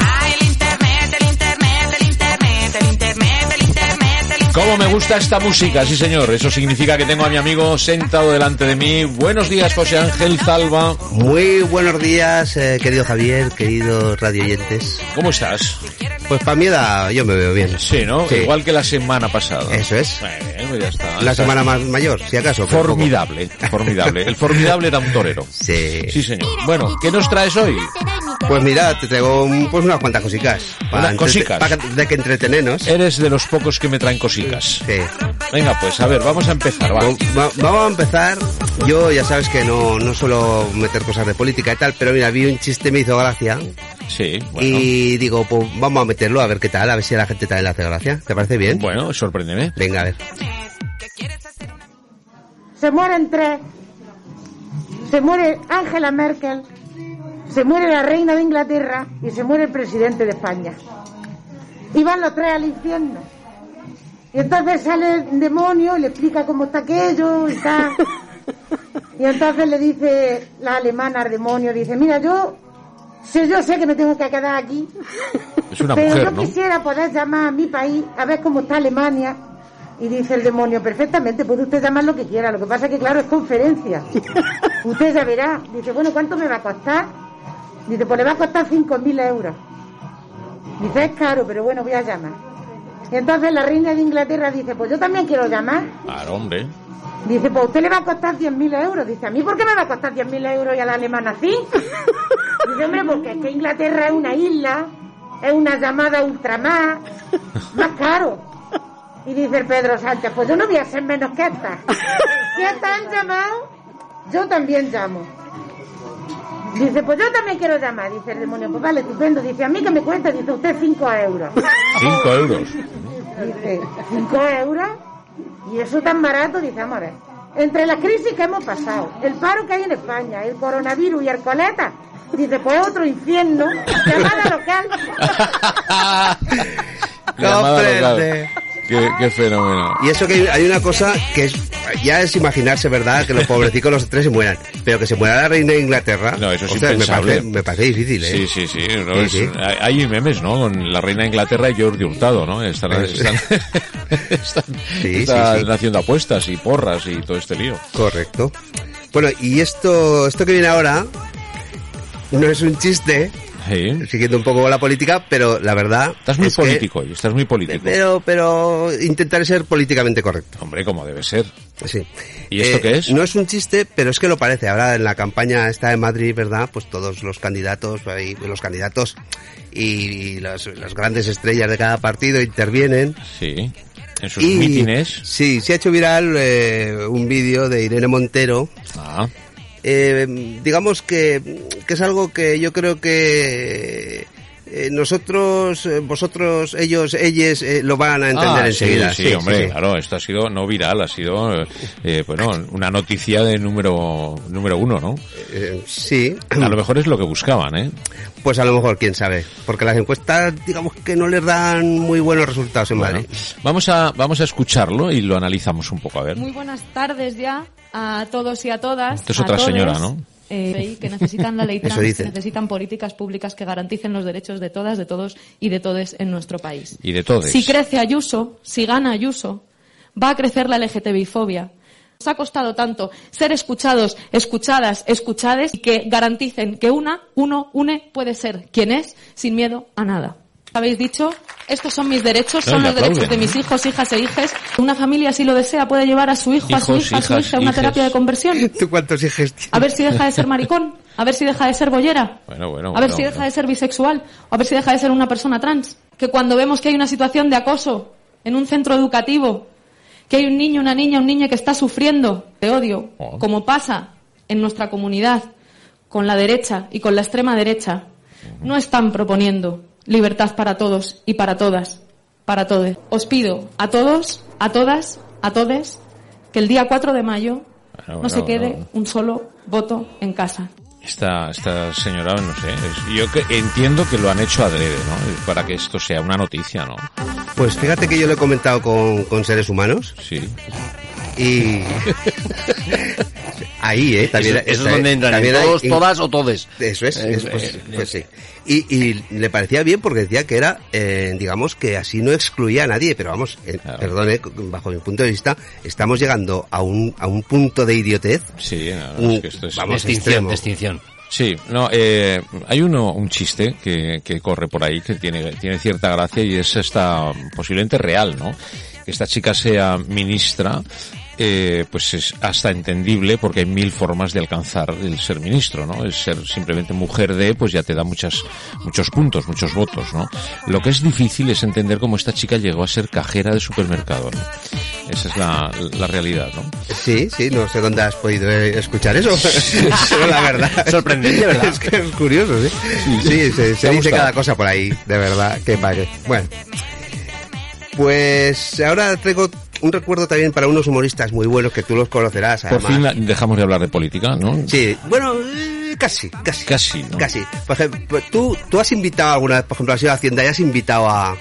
Ay, el internet, el internet, el internet, el internet, el internet, el internet. ¿Cómo me gusta esta música? Sí, señor. Eso significa que tengo a mi amigo sentado delante de mí. Buenos días, José Ángel Zalba. Muy buenos días, eh, querido Javier, queridos radioyentes. ¿Cómo estás? Pues para mí da, yo me veo bien. Sí, ¿no? Sí. Igual que la semana pasada. Eso es. Bueno, pues ya está. La Estás semana más mayor, si acaso. pero poco. Formidable, formidable. El formidable era un torero. Sí. Sí, señor. Bueno, ¿qué nos traes hoy? Pues mira, te traigo un- pues unas cuantas cosicas. Unas Eh. cosicas. Para de que entretenernos. Eres de los pocos que me traen cosicas. Sí. Venga, pues a ver, vamos a empezar. va. Va- vamos a empezar. Yo ya sabes que no, no suelo meter cosas de política y tal, pero mira, vi un chiste, me hizo gracia. Sí, bueno. Y digo, pues vamos a meterlo, a ver qué tal, a ver si a la gente también le hace gracia. ¿Te parece bien? Bueno, sorpréndeme. Venga, a ver. Se mueren tres. Se muere Angela Merkel, se muere la reina de Inglaterra y se muere el presidente de España. Y van los tres al infierno. Y entonces sale el demonio y le explica cómo está aquello y tal. Y entonces le dice la alemana al demonio, dice, mira, yo sé, yo sé que me tengo que quedar aquí, Es una pero mujer, yo ¿no? quisiera poder llamar a mi país a ver cómo está Alemania. Y dice el demonio, perfectamente, puede usted llamar lo que quiera. Lo que pasa que, claro, es conferencia. Usted ya verá. Dice, bueno, ¿cuánto me va a costar? Dice, pues le va a costar 5.000 euros. Dice, es caro, pero bueno, voy a llamar. Y entonces la reina de Inglaterra dice, pues yo también quiero llamar. Claro, hombre. Dice, pues a usted le va a costar 10.000 euros. Dice, ¿a mí por qué me va a costar 10.000 euros y a la alemana sí? Dice, hombre, porque es que Inglaterra es una isla, es una llamada ultramar, más caro. Y dice el Pedro Sánchez, pues yo no voy a ser menos que esta. Si esta han llamado, yo también llamo. Dice, pues yo también quiero llamar. Dice el demonio, pues vale, estupendo. Dice, a mí que me cuesta, dice usted 5 euros. Cinco euros. Dice, 5 euros y eso tan barato, dice, amores. Entre las crisis que hemos pasado, el paro que hay en España, el coronavirus y el coleta, dice, pues otro infierno, llamada local. Llamada Comprende. local. Qué, qué fenómeno. Y eso que hay- hay una cosa que es, ya es imaginarse, ¿verdad? Que los pobrecicos los tres se mueran. Pero que se muera la reina de Inglaterra. No, eso es ostras, me impensable. parece, me parece difícil, ¿eh? Sí, sí, sí. no, Sí, es- sí. hay- Hay memes, ¿no? Con la reina de Inglaterra y Jordi Hurtado, ¿no? Están, Eso. están, están- sí, están sí. haciendo apuestas y porras y todo este lío. Correcto. Bueno, y esto, esto que viene ahora no es un chiste, Sí. siguiendo un poco la política, pero la verdad. Estás muy es que- político hoy, estás muy político. pero, pero intentaré ser políticamente correcto. Hombre, como debe ser. Sí. Eh, ¿Y esto qué es? No es un chiste, pero es que lo parece. Ahora en la campaña esta de Madrid, ¿verdad? Pues todos los candidatos, ahí, los candidatos y las, las grandes estrellas de cada partido intervienen. Sí. En sus y mítines. Sí, se ha hecho viral eh, un vídeo de Irene Montero. Ah, Eh, digamos que, que es algo que yo creo que eh, nosotros, eh, vosotros, ellos, ellas eh, lo van a entender Ah, sí, enseguida. Sí, hombre, claro, esto ha sido no viral, ha sido, eh, eh, bueno, una noticia de número, número uno, ¿no? Eh, sí. A lo mejor es lo que buscaban, ¿eh? Pues a lo mejor, quién sabe. Porque las encuestas, digamos que no les dan muy buenos resultados en Bueno, Madrid. vamos a, vamos a escucharlo y lo analizamos un poco, a ver. Muy buenas tardes ya a todos y a todas. Esto es a otra todes, señora, ¿no? eh, PI, que necesitan la ley Eso trans, que dice. necesitan políticas públicas que garanticen los derechos de todas, de todos y de todes en nuestro país. Y de todos. Si crece Ayuso, si gana Ayuso, va a crecer la LGTBI-fobia. Nos ha costado tanto ser escuchados, escuchadas, escuchades y que garanticen que una, uno, une puede ser quien es sin miedo a nada. Habéis dicho, estos son mis derechos, No, son y le los derechos de aplauden, ¿eh? mis ¿no? hijos, hijas e hijes. Una familia, si lo desea, puede llevar a su hijo, a su Hijos, hija, a su hijas, hija a una hijes. terapia de conversión. ¿Tú cuántos ejes tienes? A ver si deja de ser maricón, a ver si deja de ser bollera, Bueno, bueno, a bueno, ver si bueno. deja de ser bisexual, a ver si deja de ser una persona trans. Que cuando vemos que hay una situación de acoso en un centro educativo, que hay un niño, una niña, un niño que está sufriendo de odio, Oh. como pasa en nuestra comunidad con la derecha y con la extrema derecha, no están proponiendo libertad para todos y para todas, para todos. Os pido a todos, a todas, a todes, que el día 4 de mayo Bueno, no se bueno, quede bueno. un solo voto en casa. Esta, esta señora, no sé, es- yo que- entiendo que lo han hecho adrede, ¿no? Para que esto sea una noticia, ¿no? Pues fíjate que yo lo he comentado con, con seres humanos Sí. Y. Ahí, ¿eh? También, eso, eso es esta- donde entran en también hay- todos, en- todas o todes. Eso es, Eh, es- pues, eh, pues sí. Y, y le parecía bien porque decía que era, eh, digamos, que así no excluía a nadie, pero vamos, eh, Claro. perdón, eh, bajo mi punto de vista, estamos llegando a un, a un punto de idiotez. Sí, la verdad Uh, es que esto es... vamos. Extinción, extremo. extinción. Sí, no, eh, hay uno, un chiste que, que corre por ahí que tiene, tiene cierta gracia y es esta, posiblemente real, ¿no? Que esta chica sea ministra, eh, pues es hasta entendible porque hay mil formas de alcanzar el ser ministro, ¿no? El ser simplemente mujer de, pues ya te da muchas, muchos puntos, muchos votos, ¿no? Lo que es difícil es entender cómo esta chica llegó a ser cajera de supermercado, ¿no? Esa es la, la realidad, ¿no? Sí, sí, no sé dónde has podido eh, escuchar eso, pero la verdad. Sorprendente, ¿verdad? Es que es curioso, sí. Sí, se, se ha dice gustado. cada cosa por ahí, de verdad, qué padre. Bueno. Pues ahora traigo un recuerdo también para unos humoristas muy buenos que tú los conocerás. Por además. fin la- dejamos de hablar de política, ¿no? Sí, bueno, eh, casi, casi. Casi, ¿no? Casi. Por ejemplo, pues tú, tú has invitado alguna vez, por ejemplo, has ido a Hacienda y has invitado a,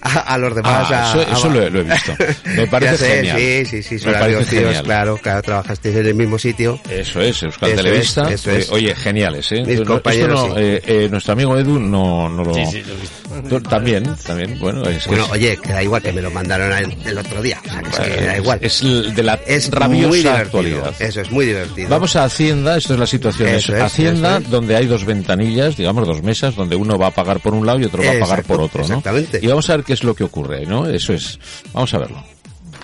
a, a los demás Ah, a. eso- a- eso lo he- lo he visto. Me parece Ya sé, genial. Sí, sí, sí, Me son parece amigos tíos, genial. claro, claro, trabajasteis en el mismo sitio. Eso es, Euskal Eso Televista. es, eso es. Oye, geniales, ¿eh? Mis Esto compañeros, no, sí. eh, eh, nuestro amigo Edu no, no lo... Sí, sí, lo he visto. Tú- También, también, bueno, es que Bueno, es- oye, que da igual que me lo mandaron a- el, otro día. O sea, que es que da es- igual. Es, l- de la Es rabiosa muy divertido. actualidad. Eso es muy divertido. Vamos a Hacienda, esto es la situación. Eso es es, Hacienda, eso es. donde hay dos ventanillas, digamos dos mesas, donde uno va a pagar por un lado y otro va a pagar Exacto, por otro, ¿no? exactamente. Y vamos a ver qué es lo que ocurre, ¿no? Eso es. Vamos a verlo.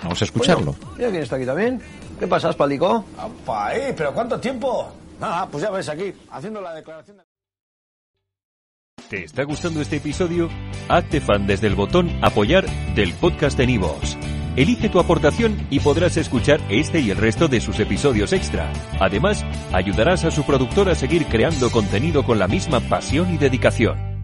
Vamos a escucharlo. Mira quién está aquí también. ¿Qué pasas, Palico? ¡Apa, eh! ¿Pero cuánto tiempo? Nada, pues ya ves aquí, haciendo la declaración de... ¿Te está gustando este episodio? Hazte fan desde el botón Apoyar del podcast de Nivos. Elige tu aportación y podrás escuchar este y el resto de sus episodios extra. Además, ayudarás a su productor a seguir creando contenido con la misma pasión y dedicación.